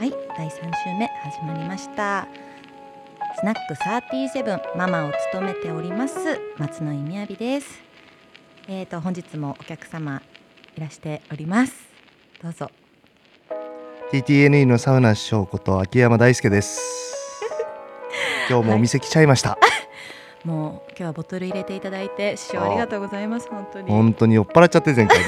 はい第3週目始まりましたスナック37ママを務めております松野井みやびですえーと本日もお客様いらしておりますどうぞ TTNE のサウナ師匠こと秋山大 輔です今日もお店来ちゃいました、もう今日はボトル入れていただいて師匠ありがとうございます本当に本当に酔っ払っちゃって前回ね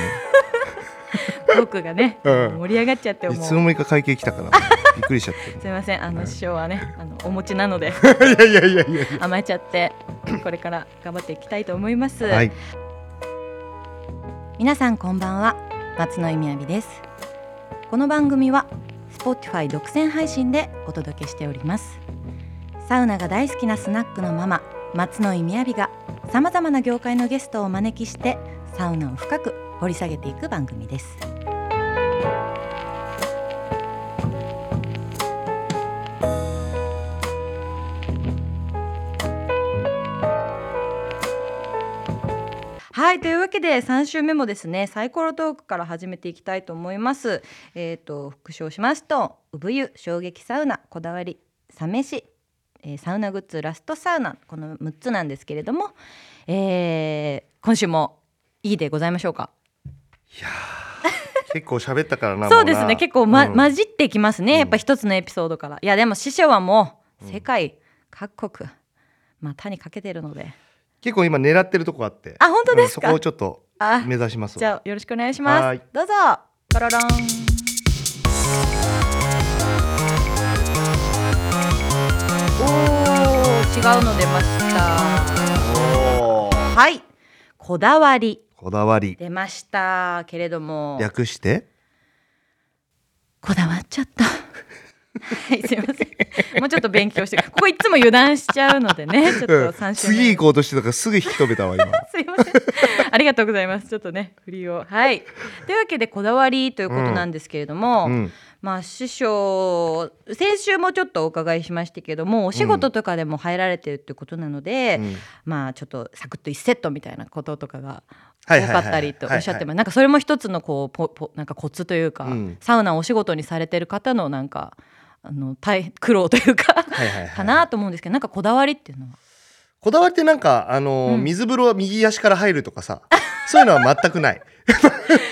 僕がねうん盛り上がっちゃってもういつすのみ間にか会計来たからびっくりしちゃっませんあの師匠はねあのお持ちなので ていやいやいやいやい甘えちゃってこれから頑張っていきたいと思います、やはい皆さんこんばんは松野井みやびですこの番組は Spotify 独占配信でお届けしておりますサウナが大好きなスナックのママ松野井みやびがさまざまな業界のゲストをお招きしてサウナを深く掘り下げていく番組ですはいというわけで3週目もですねサイコロトークから始めていきたいと思います。えー、と復唱しますと「産湯衝撃サウナこだわりサ飯、えーサウナグッズラストサウナ」この6つなんですけれども、えー今週もいいでございましょうか。結構喋ったから なそうですね結構、まうん混じってきますねやっぱうん一つのエピソードから。いやでも師匠はもううん世界各国、まあ、他にかけてるので。結構今狙ってるとこあってあ本当ですか、うんそこをちょっとあ目指しますじゃあよろしくお願いします。はいどうぞ。パラロン。おー違うの出ました。おーはい。こだわりこだわり出ましたけれども。略してこだわっちゃった。はいすいません。もうちょっと勉強して。ここいつも油断しちゃうのでね。ちょっうとん三週目。次行こうとしてたからすぐ引き止めたわ今すいません。ありがとうございます。ちょっとね、振りを。はい。というわけで、こだわりということなんですけれども、うんまあ、師匠先週もちょっとお伺いしましたけどもお仕事とかでも入られてるってことなので、うんまあちょっとサクッと1セットみたいなこととかが多はいはいかはいったりとおっしゃってはいはまいすなんかそれも一つのこうポポなんかコツというか、うんサウナをお仕事にされてる方のなんかあの大苦労というかはいはいはいかなと思うんですけどなんかこだわりっていうのはこだわりってなんか、あのーうん水風呂は右足から入るとかさそういうのは全くない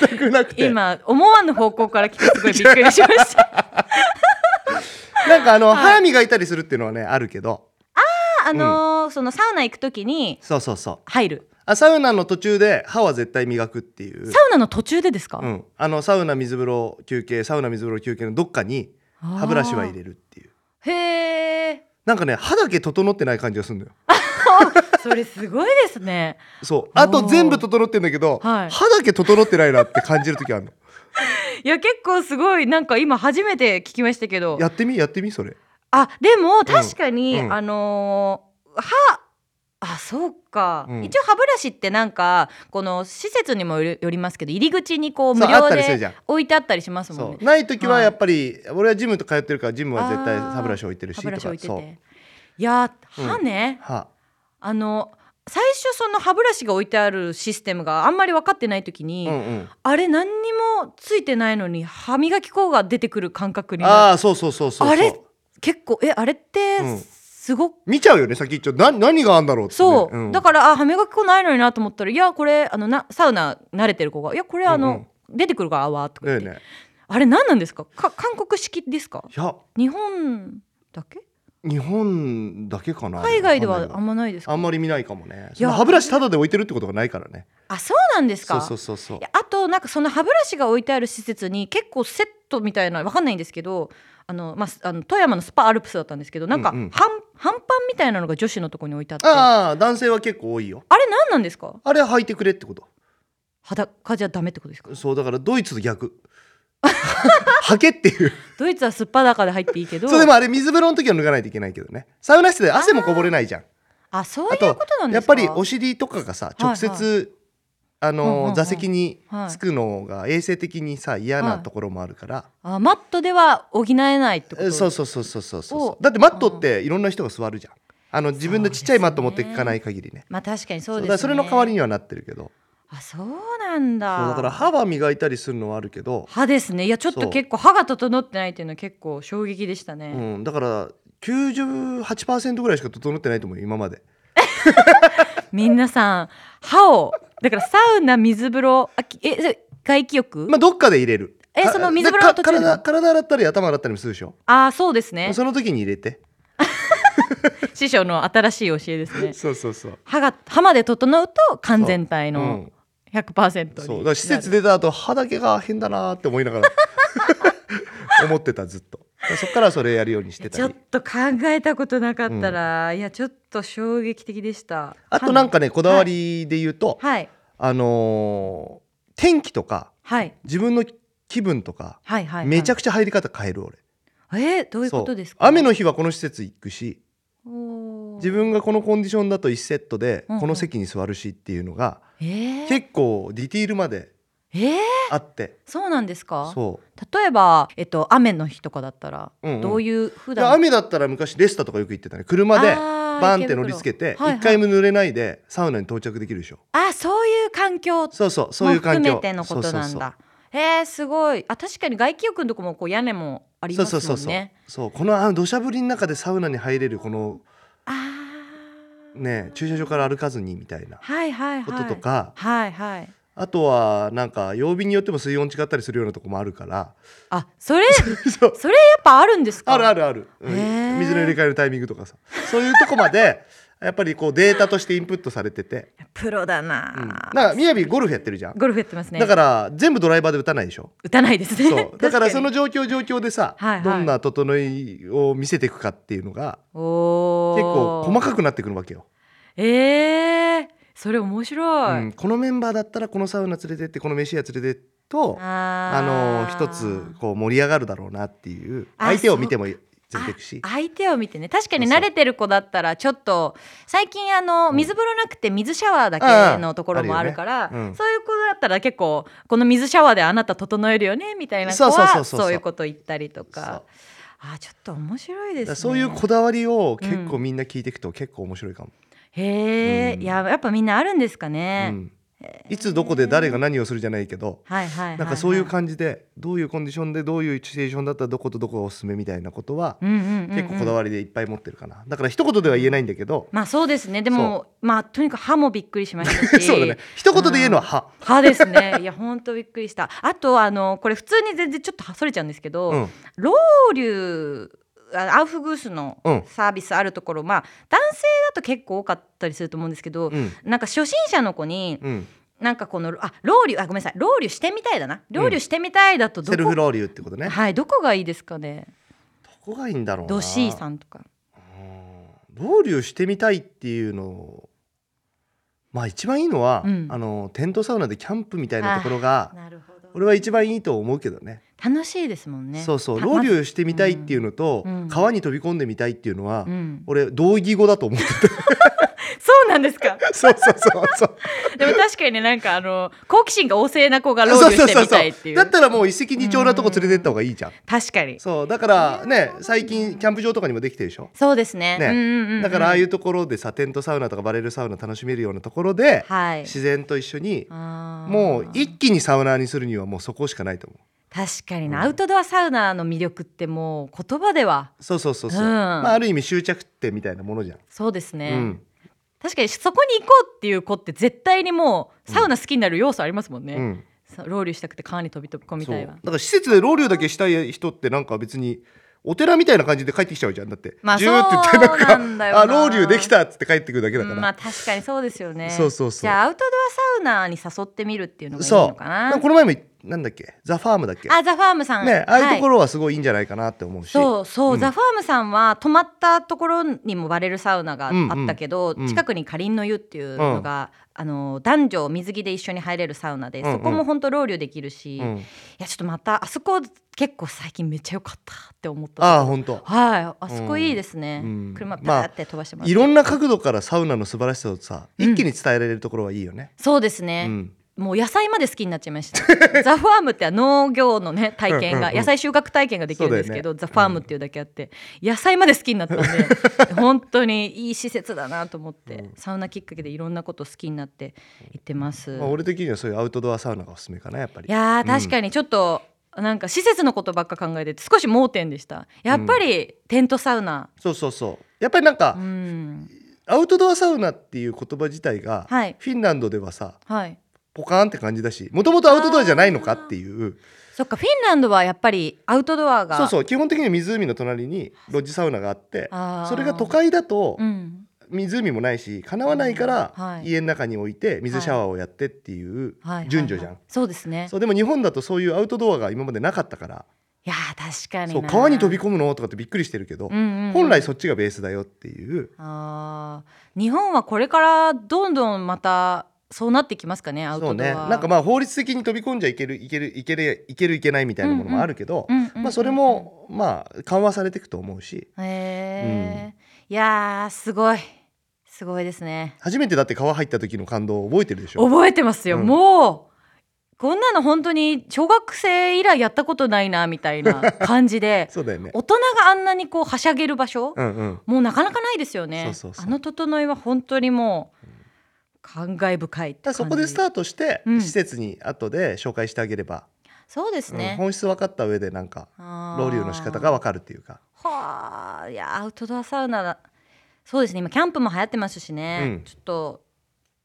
全くなくて今思わぬ方向から来てすごいびっくりしました なんかあの、い歯磨いたりするっていうのはねあるけどあのーそのサウナ行く時にそうそうそう入るあサウナの途中で歯は絶対磨くっていうサウナの途中でですか、うん、あのサウナ水風呂休憩サウナ水風呂休憩のどっかに歯ブラシは入るれるっていうへえ。なんかね歯だけ整ってない感じがするんだよ それすごいですね。そうあおとー全部整ってんだけど、はい歯だけ整ってないなって感じる時あるのいや結構すごいなんか今初めて聞きましたけど。やってみやってみそれあでも確かに、うんあのー歯あそうか、うん一応歯ブラシってなんかこの施設にもよるよりますけど入り口にこう無そうあ料ったりするでじゃん置いてあったりしますもんそねう。ない時ははいやっぱり、俺はジムと通ってるからジムは絶対あー歯ブラシ置いてるし歯ブラシ置いてとかて。いやうん歯ね、そう歯あの最初その歯ブラシが置いてあるシステムがあんまり分かってない時に、うんうんあれ何にもついてないのに歯磨き粉が出てくる感覚になるああそうそうそうそうそうあれ結構えあれってうんすごく、見ちゃうよね先っちょな何があんだろうってね、そう、んだからあ歯磨き粉ないのになと思ったらいやこれあのなサウナ慣れてる子がいやこれあの、うん出てくるから泡とかだ言っよて、ねあれ何なんですかか韓国式ですかいや日本だけ日本だけかな海外ではああんんまないですかあんまり見ないかもねいやその歯ブラシタダで置いてるってことがないからねあそうなんですそかうそうそうそういやあとなんかその歯ブラシが置いてある施設に結構セットみたいなわかんないんですけどあの、まあす、あの富山のスパアルプスだったんですけどなんかうんうん半半パンみたいなのが女子のとこに置いてあってあああ男性は結構多いよれ何なんですかあれ履いてくれってこと裸じゃダメってことですかそうだからドイツと 逆履けっていうドイツはすっぱだかで入っていいけどそうでもあれ水風呂の時は脱がないといけないけどねサウナ室で汗もこぼれないじゃんあそういうことなんやでっすかぱりお尻とかがさいはい直うんう接、あんうのん座席にはいつくのが衛生的にさ嫌はないところもあるから、あマットでは補えないってことえそうそうそうそうそうそおうだってマットっていろんな人が座るじゃんあの自分のちっちゃいマット持っていかない限りねまあ確かにそそううでだすかねらそれの代わりにはなってるけどあそうなんだそうだから歯は磨いたりするのはあるけど、歯ですねいやちょっそとう結構歯が整ってないっていうのは結構衝撃でしたね、うん、だから98%ぐらいしか整ってないと思うよ今まで皆さん歯をだからサウナ水風呂あきえそれ外気浴、まあどっかで入れるえかその水で風呂のか途中で体体洗ったり頭洗ったりもするでしょああそうですねその時に入れて師匠の新しい教えですねそうそうそう歯が歯まで整うと完全体うのん、 100%にそうだから施設で出た後歯だけが変だなーって思いなが ら思ってたずっとだからそっからそれやるようにしてちょたっりと考えたことなかったら、いやちょっと衝撃的でしたあとなんかねこだわりで言うと、はいあのー天気とかはい自分の気分とか、はいはい、はい、めちゃくくちゃ入り方変える俺えー、どういうことそうですか雨の日はこの施設行くしおー自分がこのコンディションだと1セットでうんうんこの席に座るしっていうのがえー、結構ディティールまでえー、あってそうなんですかそ例えば、えっと、雨の日とかだったら、うんうんどういう普う段雨だったら昔レスタとかよく行ってたね車であーバンって乗りつけ池て袋はいはい1回も濡れないでサウナに到着できるでしょあそういう環境もそうそうそういう含環め境てのことなんだそうそうへえすごいあ確かに外気浴のとこもこう屋根もありまそうすそうもんねそうそうそうこのあ土砂降りの中でサウナに入れるこのあーね駐車場から歩かずにみたいなはいはいはいこととか、はいはいあとはなんか曜日によっても水温違ったりするようなとこもあるから あそれやそっうぱあるんですか あるあるある、うんへー水の入れ替えるタイミングとかさそういうとこまでやっぱりこうデータとしてインプットされてて、プロだなう、ん、あなんかみやびゴルフやってるじゃん、ゴルフやってますねだから全部ドライバーで打たないでしょ打たないですねそうだからその確状況状況でさ、はいはいどんな整いを見せていくかっていうのがにお結構細かかくなってくるわけよ、えー、それ面白い、うん、このメンバーだったらこのサウナ連れてってこの飯屋連れてってとあのあー一つこう盛り上がるだろうなっていうあ相手を見ても連れていくし相手を見てね確かにそうそう慣れてる子だったらちょっと最近あのうん水風呂なくて水シャワーだけのところもあるから、あるよねうんそういう子だったら結構この水シャワーであなた整えるよねみたいな子そうそうそはうそうそうそういうこと言ったりとそうかあちょっと面白いでだすかねらそういうこだわりを結構みんな聞いていくと結構面白いかも、へえ、うんいややっぱみんなあるんですかうね、んいつどこで誰が何をするじゃないけどはいはいはいはいなんかそういう感じでどういうコンディションでどういうシチュエーションだったらどことどこがおすすめみたいなことはうんうんうんうん結構こだわりでいっぱい持ってるかなだから一言では言えないんだけどまあそうですねでもまあとにかく歯もびっくりしましたし そうだね一言で言えるのは歯歯ですね。いや本当びっくりした。あとあのこれ普通に全然ちょっとそれちゃうんですけど、うんロウリュあアウフグースのうんサービスあるところ、まあ男性だと結構多かったりすると思うんですけど、うんなんか初心者の子に、うんなんかこのあロウリュあごめんなさいロウリュしてみたいだなロウリュしてみたいだとどセルこ、フローリュってことねどはいどこがいいですかね。こがいいんだろうなドシーさんとか。うんロウリュしてみたいっていうのをまあ一番いいのは、うんあのテントサウナでキャンプみたいなところがなるほど。俺は一番いいと思うけどね楽しいですもんね。そうそうたロウリまュしてみたいっていうのと、うん川に飛び込んでみたいっていうのは、うん、俺同義語だと思ってそうなんですか。た そうそうそうそうでも確かにねなんかあ の好奇心が旺盛な子がロウリュしてみたいっていうだったらもう一石二鳥なとこ連れてった方がいいじゃん、確かにそうだからね最近キャンプ場とかにもできてるでしょそうですねねうんうんうんうんだからああいうところでさテントサウナとかバレルサウナ楽しめるようなところで、はい自然と一緒にももう一気にサウナーにするにはもうそこしかないと思う確かにうんなアウトドアサウナの魅力ってもう言葉ではそうそうそうそう、うんまあ、ある意味執着点みたいなものじゃん、そうですね、うん、確かにそこに行こうっていう子って絶対にもうサウナ好きになる要素ありますもんね、うん、そうロウリュしたくて川に飛び飛び込みそうたいだわから施設でロウリュだけしたい人ってなんか別にお寺みたいな感じで帰ってきちゃうじゃんだって、まあジューって言っそてうなんだよなあロウリュできたっつって帰ってくるだけだうかんまら、あ確かにそうですよねそうそうそうじゃあアウトドアサウナに誘ってみるっていうのがいいそのうかななんかこの前もなんだっけザ・ファームだっけあザ・ファームさんねああいうところろはすごいいいんじゃないかなって思うし、そうそう、うんザ・ファームさんは泊まったところにもバレルサウナがうんうんあったけど、うん近くにかりんの湯っていうのが、あの男女水着で一緒に入れるサウナで、うんうんそこも本当ロウリュできるし、ういんやちょっとまたあそこ結構最近めっちゃ良かったって思ったああ本当はいあそこいいですね、うん車パーって飛ばしてもらって、いろんな角度からサウナの素晴らしさをさ一気に伝えられるところはいいよね、そうですね、うんもう野菜まで好きになっちゃいました ザ・ファームって農業のね体験うんがうんうん野菜収穫体験ができるんですけど、そうだザ・よねファームっていうだけあって、野菜まで好きになったんで 本当にいい施設だなと思って、うんサウナきっかけでいろんなこと好きになって行ってます、まあ、俺的にはそういうアウトドアサウナがおすすめかなやっぱりいやー確かにちょっと、なんか施設のことばっか考えてて少し盲点でしたやっぱりテントサウナ、そうそうそうやっぱりなんか、うん、アウトドアサウナっていう言葉自体が、はいフィンランドではさはいポカーンって感じだしもともとアウトドアじゃないのかっていうそっかフィンランドはやっぱりアウトドアがそうそう基本的に湖の隣にロッジサウナがあってあーそれが都会だとうん湖もないしかなわないかうんはらい家の中に置いて水シャワーをやってっていうはいはいはい順序じゃん。そうですねそうでも日本だとそういうアウトドアが今までなかったからいやー確かにそうな川に飛び込むのとかってびっくりしてるけどうんうんうん本来そっちがベースだよっていうあー日本はこれからどんどんまたそうなってきますかねアウトそうドねアなんかまあ法律的に飛び込んじゃいけるいけるいけるいけるいけないみたいなものもあるけどうんうんうんうんまあそれもまあ緩和されていくと思うしへえ、いやーすごいすごいですね初めてだって川入った時の感動を覚えてるでしょ覚えてますよ、うんもうこんなの本当に小学生以来やったことないなみたい な感じでそうだよね大人があんなにこうはしゃげる場所、うんうんもうなかなかないですよねそうそうそうあの整いは本当にもう感慨深いってだか感じらそこでスタートしてうん施設に後で紹介してあげればそうですうんね、本質分かった上でなんかあーロウリュウの仕方が分かるっていうかはあいやアウトドアサウナだそうですね今キャンプも流行ってますしね、うんちょっと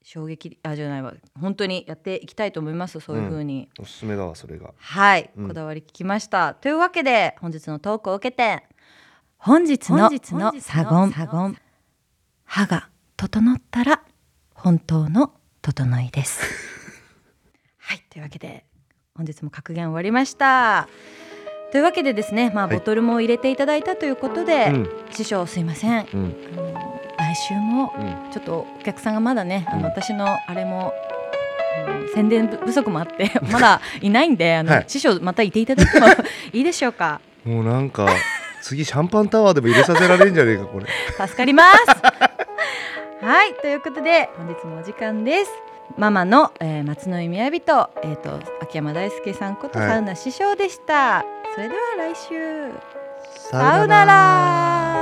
衝撃あじゃないわ本当にやっていきたいと思いますそういう風に、おすすめだわそれがはい、うんこだわり聞きましたというわけで本日のトークを受けて本日のサゴン歯が整ったら本当の整いですはいというわけで本日も格言終わりましたというわけでですねまあはいボトルも入れていただいたということで、うん師匠すいませんうんあの来週もうんちょっとお客さんがまだね、あうんの私のあれも。うん宣伝不足もあって まだいないんであの、はい師匠またいていただいても いいでしょうかもうなんか次シャンパンタワーでも入れさせられるんじゃねえかこれ助かります はいということで本日もお時間ですママの、えー、松野井みやびと,、えー、と秋山大輔さんことはいサウナ師匠でした、それでは来週ささようなら